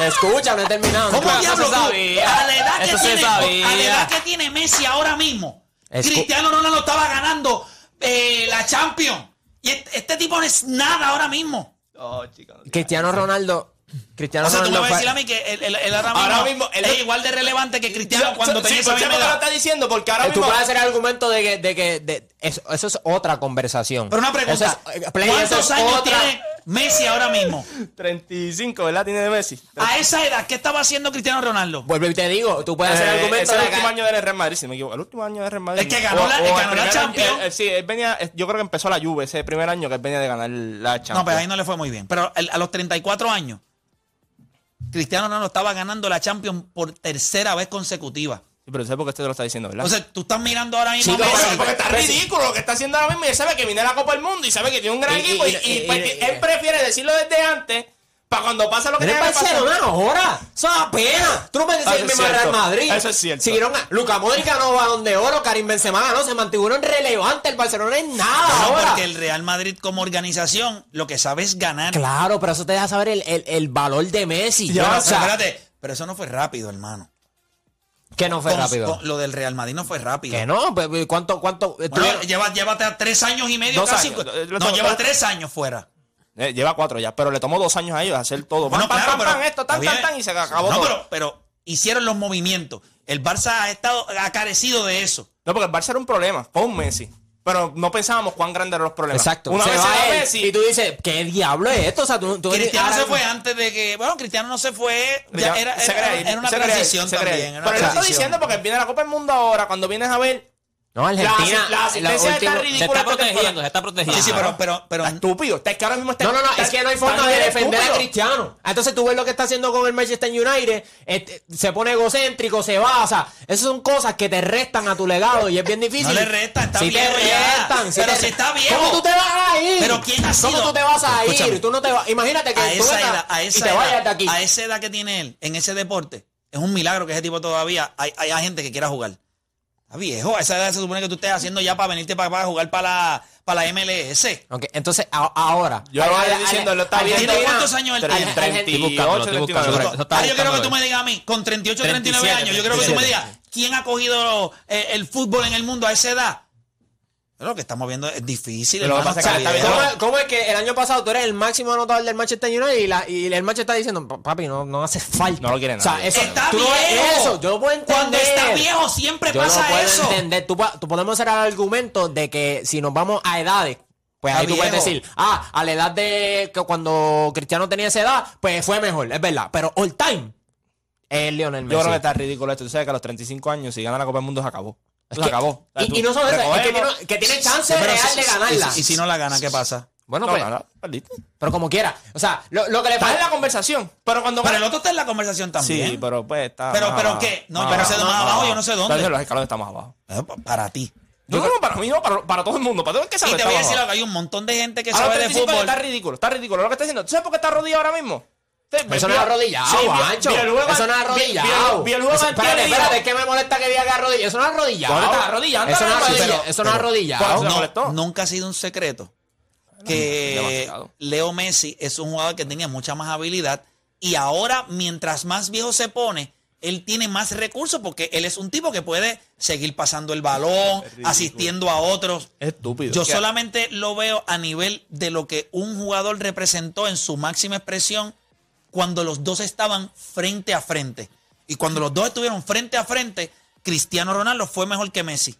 E: escucha, no he terminado.
B: ¿Cómo
E: Escucha.
B: diablo
C: se
B: tú?
C: sabía.
B: A la, edad que
C: Eso se
B: tiene,
C: sabía.
B: a la edad que tiene Messi ahora mismo,
E: Escu-
B: Cristiano Ronaldo estaba ganando eh, la Champions. Y este, este tipo no es nada ahora mismo.
D: Oh, chico, no digas.
E: Cristiano Ronaldo. Cristiano
B: O sea, tú me
E: Ronaldo.
B: vas a
E: fue-
B: decir a mí que él, él- él ahora mismo,
D: Ahora mismo, él-
B: es igual de relevante que Cristiano
D: Yo-
B: cuando
D: sí,
B: tenía
D: pero
B: esa
E: pues,
D: sé
B: misma
D: por qué lo
B: edad.
D: está diciendo porque ahora
E: Eh, tú
D: mismo
E: puedes hacer el argumento de que, de que de- eso, eso es otra conversación.
B: Pero una pregunta,
E: Eso es- eh, Play, eso
B: ¿cuántos
E: es
B: años
E: otra-
B: tiene Messi ahora mismo?
D: 35, ¿verdad? Tiene de Messi.
E: Ah,
B: A esa edad, ¿qué estaba haciendo Cristiano Ronaldo?
E: Vuelvo y te digo, tú puedes hacer el
D: Eh,
E: argumento
D: ese era
E: de
D: el último
E: que-
D: año del Real Madrid, si no me equivoco. El último año del Real Madrid.
B: Es que ganó la-
D: el
B: es que ganó
D: primer
B: la
D: año-
B: Champions.
D: eh, eh, sí, él venía, eh, yo creo que empezó la Juve ese primer año que él venía de ganar la Champions.
B: No, pero ahí no le fue muy bien. Pero el- a los 34 años, Cristiano Ronaldo estaba ganando la Champions por tercera vez consecutiva.
D: Sí, pero sé por qué usted lo está diciendo, ¿verdad?
B: Entonces, tú estás mirando ahora mismo
D: No,
B: a
D: pero-
B: Messi.
D: porque pues está ridículo lo que está haciendo ahora mismo y él sabe que viene la Copa del Mundo y sabe que tiene un gran
E: Y- y-
D: equipo y,
E: y-
D: y-
E: y-
D: pues,
E: y-
D: él prefiere decirlo desde antes para cuando pasa lo que
E: Eres
D: tenga que pasar. Ah,
E: Barcelona, no jodas. Eso es apenas. Tú no puedes
D: Eso
E: decir
D: es
E: mismo
D: cierto.
E: Real Madrid.
D: Eso es cierto.
E: Siguieron a Luca Modric ganó balón de oro, Karim Benzema ganó, se mantuvieron relevante. El Barcelona es nada
B: No,
E: ahora.
B: porque el Real Madrid como organización lo que sabe es ganar.
E: Claro, pero eso te deja saber el, el- el valor de Messi.
B: Bueno,
E: O
B: pero
E: sea,
B: espérate, pero eso no fue rápido, hermano.
E: que no fue
B: Con-
E: rápido.
B: con- lo del Real Madrid no fue rápido.
E: que no, pues, pues, ¿cuánto? cuánto
B: Bueno,
E: estuvieron-
B: lleva, llévate a tres años y medio
D: Dos
B: casi.
D: años.
B: No,
D: Lo-
B: lleva
D: lo-
B: tres años fuera.
D: Eh, lleva cuatro ya, pero le tomó dos años a ellos hacer todo.
B: Bueno,
D: Bueno, tan,
B: claro,
D: tan,
B: pero-
D: tan, esto, tan,
B: Oye,
D: tan, tan, y se acabó
B: no,
D: todo.
B: Pero, pero hicieron los movimientos. El Barça ha estado ha carecido de eso.
D: No, porque el Barça era un problema con Messi. Pero no pensábamos cuán grandes eran los problemas.
E: Exacto.
D: Una
E: Se
D: vez
E: va
D: se va
E: él,
D: Messi.
E: Y tú dices, ¿qué diablo es esto? O sea, tú, tú-
B: Cristiano
E: ahora-
B: se fue antes de que. Bueno, Cristiano no se fue. ya
D: Ya,
B: era,
D: se
B: era-
D: cree,
B: era una
D: se cree,
B: transición
D: se cree.
B: también. era una
D: Pero él lo está
B: transición.
D: diciendo porque viene la Copa del Mundo ahora. Cuando vienes a ver,
E: No, Argentina.
D: La- la asistencia está
E: última-
D: ridícula.
C: Se está
D: esta
C: protegiendo,
D: temporada.
C: se está protegiendo.
B: Sí, sí, pero, pero, pero
D: está estúpido. Está, es que ahora mismo está.
E: No, no, no,
D: está-
E: es que no hay
D: está
E: forma de
D: nivel
E: defender a
D: estúpido.
E: Cristiano. Entonces tú ves lo que está haciendo con el Manchester United, este, se pone egocéntrico, se basa. Esas son cosas que te restan a tu legado y es bien difícil.
B: no le resta, está
E: Si te
B: viejo ya.
E: restan,
B: pero
E: te-
B: si está viejo.
E: ¿Cómo tú te vas a ir?
B: Pero ¿quién ha sido?
E: ¿Cómo tú te vas a ir?
B: Escúchame.
E: Tú no te vas- Imagínate que
B: a
E: tú
B: esa
E: vengas
B: edad, a
E: y
B: esa
E: te vayas de
B: edad,
E: aquí.
B: a esa edad que tiene él en ese deporte, es un milagro que ese tipo todavía hay, hay gente que quiera jugar. Está viejo, a esa edad se supone que tú estés haciendo ya para venirte para, para jugar para la, para la MLS.
E: Ok, entonces a- ahora.
D: Yo lo
E: Ahora,
D: voy diciendo, lo está
E: Argentina-
D: viendo.
B: ¿Tiene cuántos años él
D: Tre-
B: tiene?
D: 38,
C: Estoy buscando,
D: 39.
C: Pero eso está
B: Ah, yo quiero que
C: buscando,
B: tú me digas a mí, con 38, 39
C: 37,
B: años, yo creo que tú me
C: 37.
B: digas, ¿quién ha cogido eh, el fútbol en el mundo a esa edad? Pero lo que estamos viendo es difícil.
D: Pero lo que
B: hermano,
D: pasa es que
B: está
D: está
B: viejo.
D: bien.
E: ¿Cómo, cómo es que el año pasado tú eres el máximo anotador del Manchester United y, la- y el Manchester está diciendo, papi, no, no hace falta?
D: No lo quiere
E: O sea,
D: nadie.
E: eso,
B: Está
E: tú no-
B: viejo.
E: eso, yo lo puedo entender.
B: Cuando está viejo siempre
E: yo
B: pasa
E: no puedo
B: eso.
E: entender. Tú, pa- tú podemos hacer el argumento de que si nos vamos a edades, pues
B: Está
E: ahí tú puedes
B: viejo.
E: decir, ah, a la edad de que cuando Cristiano tenía esa edad, pues fue mejor, es verdad. Pero all time es Lionel Messi.
D: Yo creo que está ridículo esto. Tú sabes que a los 35 años, si gana la Copa del Mundo, se acabó.
E: Es
D: Se
E: que-
D: acabó. O sea,
E: Y, y
D: tú-
E: no solo eso, es que tiene,
D: recogemos.
E: que tiene chance
B: Pero
E: real
B: si-
E: de ganarla.
B: y si- y si no la gana, ¿qué pasa?
E: bueno,
D: No,
E: pues,
D: no, no, perdiste.
E: pero como quiera. O sea, lo, lo que le
D: Está en
E: pasa
D: la conversación. Pero cuando
B: Pero el otro está en la conversación también.
D: Sí, pero pues está.
B: Pero-
D: más
B: pero
D: abajo.
B: ¿qué? No, yo no sé
D: abajo,
B: más abajo, yo no sé dónde.
D: Entonces los escalones estamos abajo.
B: Eh, pa- Para ti.
D: No, no, no, para mí no, para, para todo el mundo. Para todo el que sabe.
B: Y te
D: está
B: voy a
D: abajo.
B: decir algo, hay un montón de gente que
D: A los
B: sabe de
D: 35 años
B: fútbol.
D: Está ridículo, está ridículo lo que está diciendo. ¿Tú sabes por qué está arrodillado ahora mismo?
E: Pues Eso no es arrodillado, Ancho. Eso no es arrodillado.
D: Vi el juego
E: Eso-
D: anterior
E: Espérate,
D: y dijo,
E: espérate, es que me molesta que diga que arrodillado. Eso no es arrodillado.
D: Bueno, estás arrodillando,
E: Eso no es
D: ahora
E: arrodillado.
D: arrodilla.
E: Eso no es
D: Pero-
E: arrodillado.
D: ¿Se
B: No,
D: molestó?
B: nunca ha sido un secreto que
D: demasiado.
B: Leo Messi es un jugador que tenía mucha más habilidad y ahora mientras más viejo se pone, él tiene más recursos porque él es un tipo que puede seguir pasando el balón, asistiendo a otros.
D: Es estúpido.
B: Yo
D: ¿Qué?
B: solamente lo veo a nivel de lo que un jugador representó en su máxima expresión cuando los dos estaban frente a frente. Y cuando los dos estuvieron frente a frente, Cristiano Ronaldo fue mejor que Messi.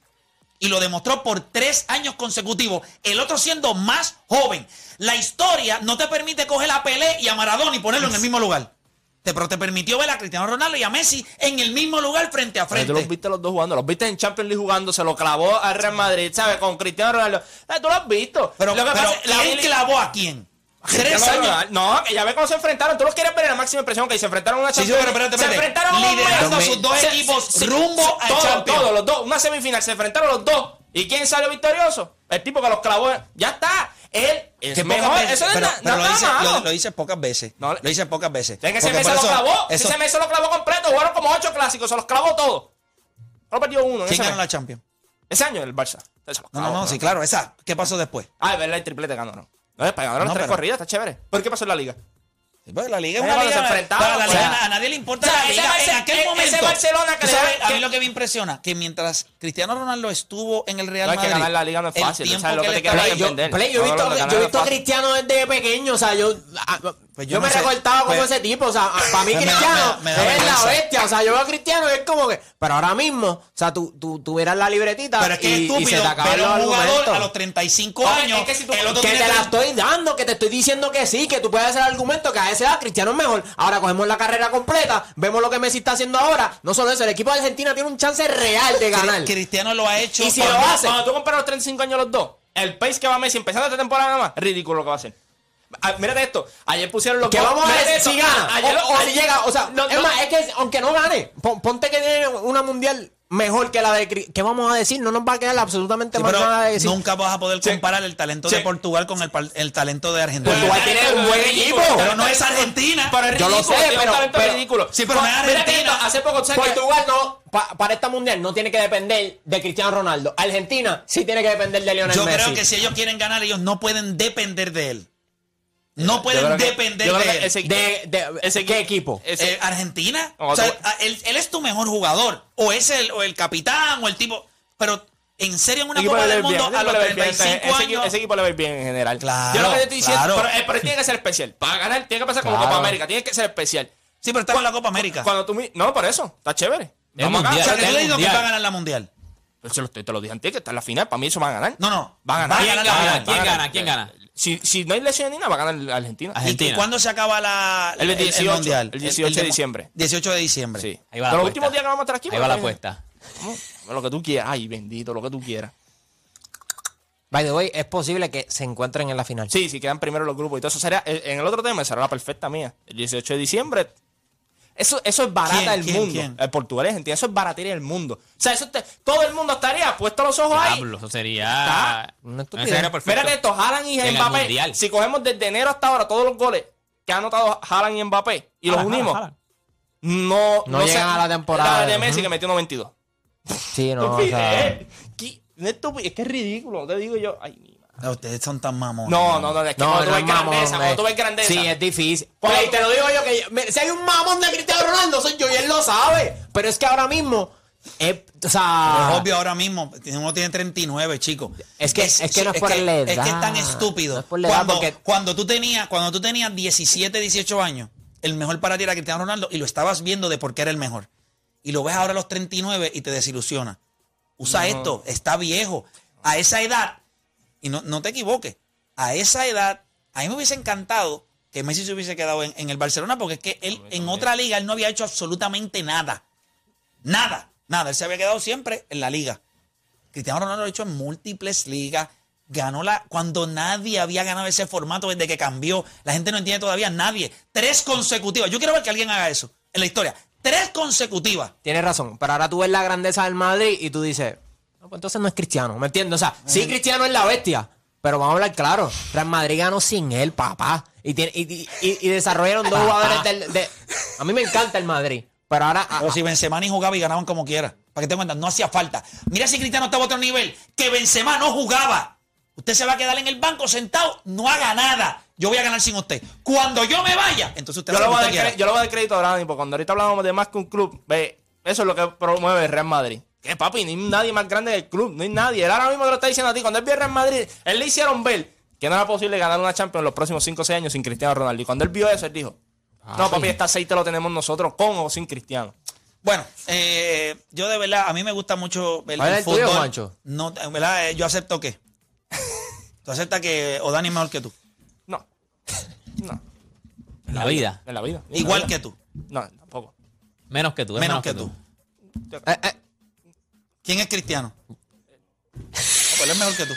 B: Y lo demostró por tres años consecutivos, el otro siendo más joven. La historia no te permite coger a Pelé y a Maradona y ponerlo en el mismo lugar. Te, pero te permitió ver a Cristiano Ronaldo y a Messi en el mismo lugar frente a
D: Pero
B: frente.
D: tú los viste los dos jugando, los viste en Champions League jugando, se lo clavó al Real Madrid, ¿sabes? Con Cristiano Ronaldo. Eh, tú lo has visto.
B: Pero,
D: lo que
B: pero
D: pasa- la
B: ¿quién
D: Biblia-
B: clavó a quién?
D: Ya
B: Tres
D: me voy a
B: años.
D: dar. No, que ya ve cómo se enfrentaron. Tú los quieres ver en la máxima impresión, que se enfrentaron a una
B: Sí, sí,
D: Champions
B: pero espérate,
D: League. Se
B: espérate.
D: enfrentaron a un
B: Liderando
D: Bayern.
B: sus dos
D: Se-
B: equipos
D: se-
B: rumbo
D: se-
B: al
D: todo,
B: Champions.
D: todo, los dos. Una semifinal. Se enfrentaron los dos. ¿Y quién salió victorioso? El tipo que los clavó. Ya está. Él
B: Que
D: es
B: pocas
D: mejor.
B: veces-
D: Eso no
B: pero,
D: es
B: pero
D: na- no
B: lo,
D: está
B: dice,
D: malo.
B: lo- lo dice pocas veces.
D: No,
B: lo dice pocas veces.
D: Es que ese
B: Porque
D: mes
B: por
D: se lo
B: eso-
D: clavó.
B: eso-
D: Ese mes se lo clavó completo. Jugaron como ocho clásicos. Se los clavó todo. Solo perdió uno en
B: ¿Quién
D: ese
B: ganó la
D: mes.
B: Champions?
D: Ese año el Barça. Se los
B: No,
D: clavó,
B: no, no, sí, claro. Esa, ¿qué pasó después?
D: Ah, es verdad, el triplete ganó, no. No, es para ganar las
B: No,
D: tres
B: pero-
D: corridas, está chévere. ¿Por qué pasó en la liga?
B: Sí, porque la liga es
D: Eh,
B: una
D: cuando
B: liga.
D: se enfrentaban,
B: para la
D: o sea,
B: liga, a nadie le importa
D: o sea,
B: la
D: ese
B: liga. en
D: Barce-
B: aquel
D: e- ese
B: momento.
D: Barcelona que
B: ¿Tú
D: le
B: sabes?
D: da-
B: a mí
D: que-
B: lo que me impresiona que mientras Cristiano Ronaldo estuvo en el Real
D: No, es que
B: Madrid,
D: ganar la liga no es
B: el
D: fácil,
B: tiempo
D: ¿sabes lo
B: que
D: que
B: él
D: te quiero
B: estaba-
D: decir?
E: Yo,
D: entender.
E: Play, yo he
D: No, no,
E: visto,
D: no, no, no,
E: yo he
D: no,
E: visto a
D: no, no.
E: Cristiano desde pequeño, o sea, yo, ah, ah,
B: Pues yo
E: yo,
B: no
E: me
B: sé.
E: recortaba como
B: Pues-
E: ese tipo, o sea, ah, para mí
B: Pues me da-
E: Cristiano
B: me da- me da
E: es la
B: vergüenza.
E: bestia, o sea, yo veo a Cristiano y es como que, pero ahora mismo, o sea, tú, tú, tú vieras la libretita
B: Pero es que es
E: y, y se
B: estúpido
E: te acaban
B: ver a
E: los
B: un jugador
E: argumentos.
B: a los 35
D: Oye,
B: años.
D: es que si tú-
B: el otro
E: Que
B: tiene
E: te la
B: tres-
E: estoy dando, que te estoy diciendo que sí, que tú puedes hacer el argumento que a esa edad Cristiano es mejor. Ahora cogemos la carrera completa, vemos lo que Messi está haciendo ahora. No solo eso, el equipo de Argentina tiene un chance real de ganar.
B: Cristiano lo ha hecho.
E: Y si
B: con-
E: lo hace.
D: Cuando tú comparas los 35 años los dos, el pace que va Messi empezando esta temporada nada más, ridículo lo que va a hacer. Ah, mírate esto, ayer pusieron los
E: Que
D: goles-
E: vamos a
D: mírate
E: ver
D: esto, Ah,
E: si gana.
D: ayer
E: o,
D: lo-
E: o si
D: ayer-
E: llega. O sea,
D: no,
E: es
D: no, eh,
E: más, es que aunque no gane, pon- ponte que tiene una mundial mejor que la de. Cri- ¿Qué vamos a decir? No nos va a quedar absolutamente
B: Sí,
E: más
B: pero
E: nada de decir.
B: nunca vas a poder
D: Sí.
B: comparar el talento
D: Sí.
B: de Portugal con el, pal- el talento de Argentina.
E: Portugal
D: Pero-
E: tiene un buen equipo.
B: Pero no es Argentina.
D: Pero es
E: Yo lo
D: ridículo,
E: sé,
D: tiene un
E: pero-
D: talento
E: pero-
D: ridículo.
B: Sí, pero no es
D: Mírate
B: Argentina.
D: esto, hace poco, ¿sabes qué?
E: Portugal Pues no. pa- para esta mundial no tiene que depender de Cristiano Ronaldo. Argentina sí tiene que depender de Lionel
B: Yo
E: Messi.
B: creo que si ellos quieren ganar, ellos no pueden depender de él. No
D: Yo
B: pueden
D: creo que-
B: depender
D: yo creo
B: de
D: que
B: él.
D: ese-
E: De, de-
D: Ese
E: ¿Qué equipo?
D: ese-
B: Eh, Argentina.
D: No,
B: o sea,
D: tú-
B: a- él, él es tu mejor jugador. O es el, o el capitán o el tipo. Pero en serio en una
D: Equipo
B: Copa
D: le
B: del
D: va a ir bien,
B: Mundo a los
D: ese equipo le va a ir bien, ese-
B: 35
D: ese equipo-
B: años.
D: Ese equipo le va a ir bien en general.
B: Claro,
D: Yo lo que te estoy diciendo,
B: claro.
D: pero, eh, pero tiene que ser especial. Para ganar, tiene que pasar como
E: Claro.
D: Copa América. Tiene que ser especial.
B: Sí, pero está en la Copa América.
D: Cuando tú mi- No, por eso. Está chévere.
C: Es
D: Vamos acá.
B: o sea,
C: mundial,
D: Pero
B: que tú
D: te
C: es
B: le
D: lo
B: digo
D: digo-
B: que
C: mundial.
B: va a ganar la Mundial.
D: pero se lo estoy- te lo dije antes que está en la final. Para mí eso va a ganar.
B: No, no.
D: Va a ganar.
B: ¿Quién
D: Va a
B: gana?
D: ganar,
C: ¿Quién
D: va a ganar.
C: gana? ¿Quién gana?
D: Si, si no hay lesiones ni nada, va a ganar Argentina.
C: Argentina.
B: ¿Y cuándo se acaba la,
D: El 18,
B: Mundial?
D: el 18 de diciembre.
B: 18 de diciembre.
D: Sí.
C: Ahí va la
D: Pero los
C: apuesta.
D: últimos días que vamos a estar aquí.
C: Ahí va la
D: pues,
C: apuesta.
D: ¿no? Lo que tú quieras. Ay, bendito, lo que tú quieras.
E: By the way, es posible que se encuentren en la final.
D: Sí, si quedan primero los grupos. Y todo eso sería. eh, En el otro tema, será la perfecta mía. El 18 de diciembre. Eso, eso es barata
B: ¿Quién?
D: del
B: ¿Quién?
D: mundo.
B: ¿Quién?
D: El portugués, Argentina, eso es baratería del mundo. O sea, eso te- todo el mundo estaría puesto los ojos ahí.
C: Diablo, eso sería. Eso
E: Una estupidez.
C: era perfecto.
D: Mírate esto, Haaland y
C: En el
D: Mbappé.
C: Mundial.
D: Si cogemos desde enero hasta ahora todos los goles que han anotado Haaland y Mbappé y los
C: Jalan,
D: unimos,
C: jalan,
D: no,
E: No llegan a la temporada.
D: La de Messi
E: Ujú.
D: que metió 92.
E: Sí, no, o
D: Estupidez.
E: sea,
D: eh, ¿Qué? No es estupidez, es que es ridículo, te digo yo. Ay, mi madre.
B: Ah, Ustedes son tan mamones.
D: No, no, no, es que
E: no, no
D: cuando tú ves
E: es mamón,
D: grandeza, cuando
E: eh.
D: tú ves grandeza.
E: Sí, es difícil.
D: Cuando-
E: Oye, y Pues te lo digo yo que yo- me- si hay un mamón de Cristiano Ronaldo, soy yo y él lo sabe. Pero es que ahora mismo, eh, o sea,
B: Es obvio ahora mismo. Uno tiene 39, chicos.
E: Es que- es que no es por la edad.
B: Es que es tan estúpido.
E: No es por la edad,
B: cuando,
E: porque-
B: cuando tú tenías, cuando tú tenías 17, 18 años, el mejor para ti era Cristiano Ronaldo y lo estabas viendo de por qué era el mejor. Y lo ves ahora a los 39 y te desilusiona. Usa esto, está viejo. A esa edad, y no, no te equivoques, a esa edad, a mí me hubiese encantado que Messi se hubiese quedado en, en el Barcelona porque es que él en otra liga él no había hecho absolutamente nada. Nada, nada. Él se había quedado siempre en la liga. Cristiano Ronaldo lo ha hecho en múltiples ligas. Ganó la. Cuando nadie había ganado ese formato desde que cambió. La gente no entiende todavía, nadie. Tres consecutivas. Yo quiero ver que alguien haga eso en la historia. Tres consecutivas.
E: tienes razón. Pero ahora tú ves la grandeza del Madrid y tú dices, no, pues entonces no es Cristiano, ¿me entiendes? O sea, sí, Cristiano es la bestia. Pero vamos a hablar claro, Real Madrid ganó sin él, papá. Y, tiene- y, y- y- y desarrollaron dos jugadores del- de... A mí me encanta el Madrid, pero ahora...
B: Pero si Benzema ni jugaba y ganaban como quiera. Para que te cuentas, no hacía falta. Mira si Cristiano estaba a otro nivel. Que Benzema no jugaba. Usted se va a quedar en el banco sentado, no haga nada. Yo voy a ganar sin usted. Cuando yo me vaya, entonces usted
D: yo,
B: hace
D: le
B: lo
D: voy
B: que
D: a
B: usted
D: dar
B: quiera.
D: cre- yo le voy a dar crédito a Brani, porque cuando ahorita hablábamos de más que un club, ve, eso es lo que promueve el Real Madrid. Que papi, no hay nadie más grande que el club, no hay nadie. Él ahora mismo te lo está diciendo a ti, cuando él vio el Real Madrid, él le hicieron ver que no era posible ganar una Champions en los próximos 5 o 6 años sin Cristiano Ronaldo. Y cuando él vio eso, él dijo,
B: Ah,
D: no papi, este aceite lo tenemos nosotros con o sin Cristiano.
B: Bueno, eh, yo de verdad, a mí me gusta mucho el,
E: ¿Cuál
B: el
E: es el
B: fútbol.
E: tuyo, Juancho?
B: No, en verdad, eh, yo acepto que. tú aceptas que Odani es mejor que tú.
D: No, no,
C: En la vida.
D: en la vida. en la
B: Igual
D: vida.
B: que tú.
D: No, tampoco.
C: Menos que tú. es
B: Menos, que, tú.
E: Eh, eh,
B: ¿Quién es cristiano? No, pues él es mejor que tú.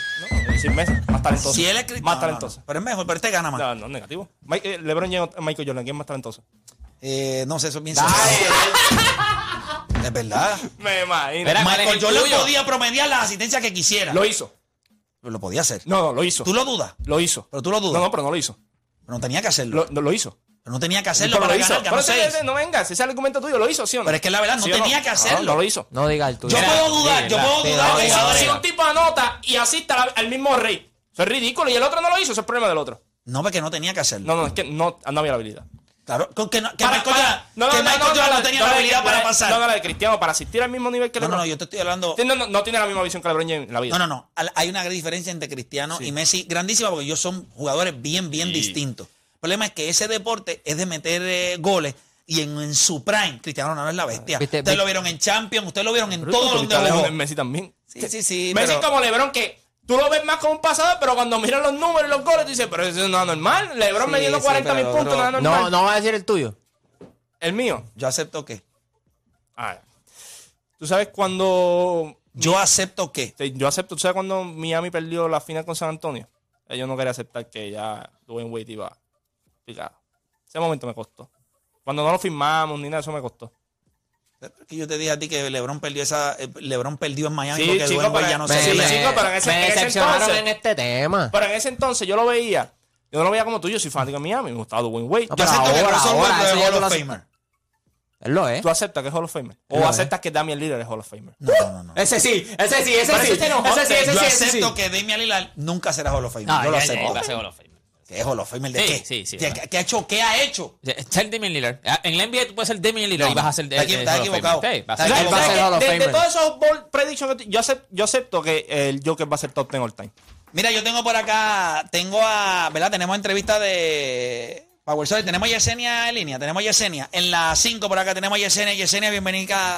D: No, sin Messi, más talentoso.
B: Si él es cristiano.
D: Más
B: no, no,
D: talentoso.
B: no, pero es mejor, pero este gana más.
D: No, no, negativo. Mike- eh, LeBron James o Michael Jordan, ¿quién es más talentoso?
B: Eh, no sé, eso es bien cerrado. Es verdad.
D: Me imagino.
C: Espera, ¿cuál es
B: Michael
C: el
B: Jordan
C: tuyo?
B: podía promediar las asistencias que quisiera.
D: Lo hizo.
B: Pero lo podía hacer.
D: No, no, lo hizo.
B: Tú lo dudas.
D: Lo hizo.
B: Pero tú lo dudas.
D: No, no, pero no lo hizo.
B: Pero no tenía que hacerlo.
D: Lo, no, lo hizo.
B: pero no tenía que hacerlo
D: Pero
B: para
D: lo hizo.
B: ganar. ganó
D: Pero ese-
B: seis.
D: ese- no vengas, ese es el argumento tuyo, lo hizo, ¿sí o no?
B: Pero es que la verdad, no
D: ¿Sí o
B: tenía que hacerlo.
D: No, no lo hizo.
E: no diga el tuyo.
B: Yo
C: Mira,
B: puedo dudar,
C: sí,
B: yo
C: la-
B: puedo
E: sí,
B: dudar
E: la-
B: de
E: sí,
D: Si-
E: la-
B: jugadores.
D: Si un tipo anota y asista al- al mismo rey, eso es ridículo. Y el otro no lo hizo, eso es problema del otro.
B: No, porque no tenía que hacerlo.
D: No, no, es que no, no había la habilidad.
B: Claro, con que, no, que
D: Para-
B: Michael
D: para-
B: Jordan- que Michael Jordan no tenía la
D: no,
B: habilidad
D: no,
B: para
D: no,
B: pasar.
D: No,
B: No,
D: no, la de Cristiano, para asistir al mismo nivel que
B: no,
D: LeBron.
B: no, yo te estoy hablando.
D: Sí, No, no, no tiene la misma visión que LeBron James en la vida.
B: No, no, no. Al- Hay una gran diferencia entre Cristiano y Messi, grandísima, porque ellos son jugadores bien, bien distintos. El problema es que ese deporte es de meter eh, goles. Y en, en su prime, Cristiano Ronaldo es la bestia.
E: Viste,
B: ustedes lo
E: viste.
B: vieron en Champions, ustedes lo vieron en
D: Pero
B: todo
D: tú
B: donde
D: estás lejos
B: jugó.
D: de Messi también.
B: Sí, sí, sí,
D: Messi
B: pero-
D: es como LeBron que tú lo ves más como un pasado, pero cuando miras los números y los goles, tú dices, pero eso no es normal. LeBron
E: Sí,
D: metiendo
E: sí,
D: 40 mil
E: pero,
D: puntos, no
E: bro,
D: es normal.
E: No, no va a decir el tuyo.
D: El mío.
B: Yo acepto que.
D: A ver. Tú sabes cuando.
B: Yo acepto que.
D: te- Yo acepto, tú sabes cuando Miami perdió la final con San Antonio. Yo no quería aceptar que ya Dwayne Wade iba picado. Ese momento me costó. Cuando no lo firmamos ni nada, eso me costó.
B: Que yo te dije a ti que LeBron perdió esa. eh, LeBron perdió en Miami
D: Sí,
B: porque
D: chico,
B: Dwayne Wade
D: pero-
B: ya no
D: Sí,
B: se
D: sí,
B: ve.
D: chico, pero en ese-
E: me
D: en ese
E: decepcionaron
D: entonces-
E: en este tema.
D: Pero en ese entonces yo lo veía. Yo no lo veía como tú, yo soy fanático de Miami, me gustaba Dwayne Wade.
B: Yo
E: No, pero
B: acepto que
E: ahora,
B: Russell
E: ahora,
B: Westbrook
E: eso
B: es
E: ya
B: Hall
E: tú lo
B: of
E: aceptas.
B: Famer.
E: Él lo es.
D: ¿Tú aceptas que es Hall of Famer? ¿O
E: Claro, eh.
D: aceptas que Damian Lillard es Hall of Famer?
B: No, no, no. no.
E: Ese sí, ese sí, ese
D: Pero ese sí,
B: Yo
D: ese sí,
B: acepto que Damian Lillard nunca será Hall of Famer.
C: No,
B: yo lo
C: Ah, ya, ya,
B: acepto.
C: nunca se Hall of Famer.
B: ¿Qué es Hall of Famer? ¿De
C: Sí,
B: qué?
C: sí, sí,
B: ¿Qué,
C: verdad.
B: qué ha hecho? ¿Qué ha hecho?
C: Está el Damian Lillard. Ah, En la NBA tú puedes ser Damian Lillard
B: No,
C: y vas a ser.
B: está
C: eh,
B: equi-
C: eh,
B: está
C: Hall of Famer.
B: equivocado.
C: Sí, vas a
B: Está
C: ser-
B: equivocado.
C: vas a ser
D: de,
C: Hall of
D: de- de
C: Famer.
D: todos esos bold predictions que tú- yo, acep- yo acepto que el Joker va a ser top 10 all time.
B: Mira, yo tengo por acá, tengo a, ¿verdad? Tenemos entrevista de Power Soldier. Tenemos a Yesenia en línea, tenemos a Yesenia. En la 5 por acá tenemos a Yesenia. Yesenia, bienvenida